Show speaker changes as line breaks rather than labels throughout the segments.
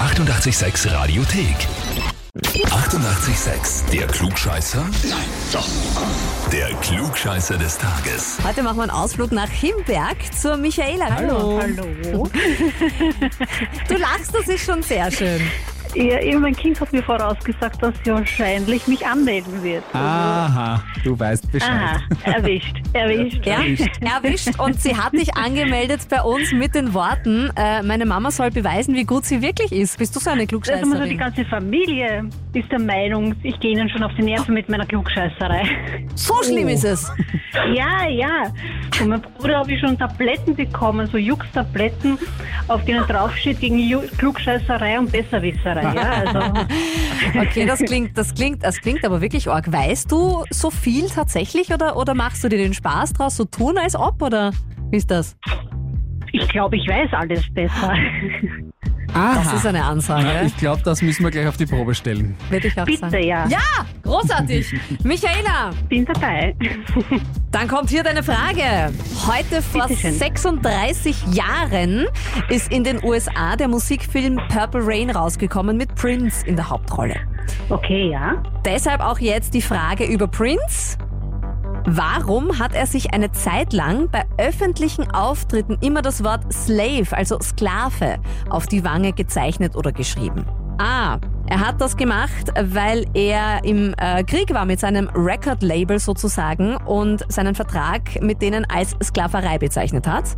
886 Radiothek. 88,6. Der Klugscheißer? Nein, doch. Der Klugscheißer des Tages.
Heute machen wir einen Ausflug nach Himberg zur Michaela. Hallo.
Hallo.
Du lachst, das ist schon sehr schön.
Ja, eben mein Kind hat mir vorausgesagt, dass sie wahrscheinlich mich anmelden wird.
Aha, du weißt Bescheid.
Aha, erwischt, erwischt.
Ah, Ja, erwischt und sie hat dich angemeldet bei uns mit den Worten, äh, meine Mama soll beweisen, wie gut sie wirklich ist. Bist du so eine
Also muss die
Klugscheißerin?
ganze Familie ist der Meinung, ich gehe ihnen schon auf die Nerven mit meiner Klugscheißerei.
So schlimm ist es.
Ja, ja. Von meinem Bruder habe ich schon Tabletten bekommen, so Jux-Tabletten, auf denen draufsteht gegen Ju- Klugscheißerei und Besserwisserei. Ja, also,
Okay, das klingt, das klingt, das klingt aber wirklich arg. Weißt du so viel tatsächlich oder, oder machst du dir den Spaß draus, so tun als ob oder wie ist das?
ich glaube, ich weiß alles besser.
Aha.
Ah, Das ist eine
Na,
Ansage,
Ich glaube, das müssen wir gleich auf die Probe stellen.
würde ich auch
Bitte,
sagen.
ja.
Ja, großartig. Michaela,
Bin dabei.
Dann kommt hier deine Frage. Heute vor
Bitte schön.
36 Jahren ist in den USA der Musikfilm Purple Rain rausgekommen mit Prince in der Hauptrolle.
Okay, ja.
Deshalb auch jetzt die Frage über Prince. Warum hat er sich eine Zeit lang bei öffentlichen Auftritten immer das Wort Slave, also Sklave, auf die Wange gezeichnet oder geschrieben? A. Er hat das gemacht, weil er im äh, Krieg war mit seinem Record-Label sozusagen und seinen Vertrag mit denen als Sklaverei bezeichnet hat.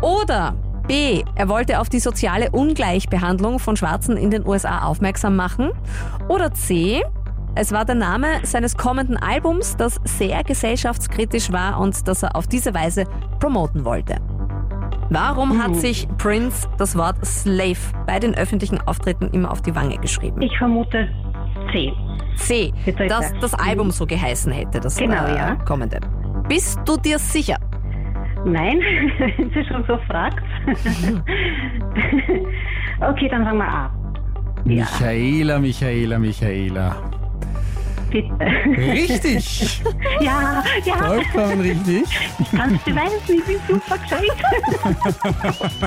Oder B. Er wollte auf die soziale Ungleichbehandlung von Schwarzen in den USA aufmerksam machen. Oder C. Es war der Name seines kommenden Albums, das sehr gesellschaftskritisch war und das er auf diese Weise promoten wollte. Warum
Uh.
hat sich Prince das Wort Slave bei den öffentlichen Auftritten immer auf die Wange geschrieben?
Ich vermute C.
C,
Bitte, bitte.
dass das Album so geheißen hätte, das
Genau,
äh,
ja.
kommende. Bist du dir sicher?
Nein, wenn sie schon so fragt. okay, dann fangen wir an.
Michaela, Michaela, Michaela.
Bitte.
Richtig!
Ja, ja,
Vollkommen richtig.
kannst du beweisen, ich bin super gescheit.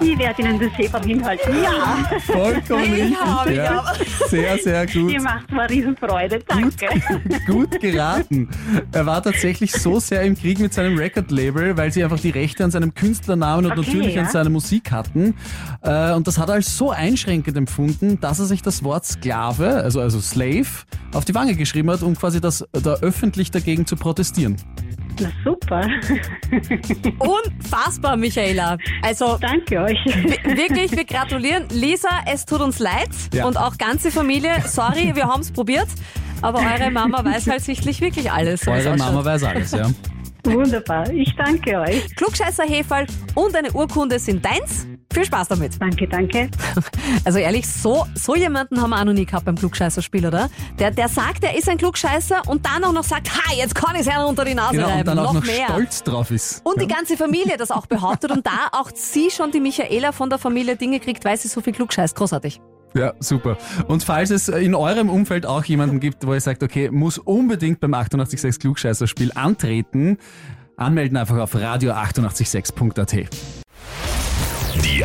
ich werde Ihnen das Hefer hinhalten. Ja,
Vollkommen richtig.
hab ich
ja. Sehr, sehr gut.
ihr macht mir Riesenfreude, danke.
Gut geraten. Er war tatsächlich so sehr im Krieg mit seinem Record-Label, weil sie einfach die Rechte an seinem Künstlernamen und
Okay,
natürlich
ja.
an seiner Musik hatten. Äh, Und das hat er als so einschränkend empfunden, dass er sich das Wort Sklave, also, also Slave, auf die Wange geschrieben hat, um quasi das, da öffentlich dagegen zu protestieren.
Na super,
Unfassbar, Michaela. Also
danke euch.
wi- wirklich, wir gratulieren. Lisa, es tut uns leid
Ja.
und auch ganze Familie. Sorry, wir haben es probiert. Aber eure Mama weiß halt sichtlich wirklich alles. so wie es
Eure
ausschaut.
Mama weiß alles, ja.
Wunderbar, ich danke euch.
Klugscheißer Heferl und eine Urkunde sind deins. Viel Spaß damit.
Danke, danke.
Also ehrlich, so, so jemanden haben wir auch noch nie gehabt beim Klugscheißerspiel, oder? Der, der sagt, er ist ein Klugscheißer und dann auch noch sagt, ha, jetzt kann ich es einer unter die Nase
Genau,
reiben.
und dann auch noch
Also mehr.
stolz drauf ist.
Und die ganze Familie das auch behauptet und da auch sie schon, die Michaela von der Familie Dinge kriegt, weil sie so viel Klugscheiß. Großartig.
Ja, super. Und falls es in eurem Umfeld auch jemanden gibt, wo ihr sagt, okay, muss unbedingt beim 886 Klugscheißer-Spiel antreten, anmelden einfach auf radio886.at.
Die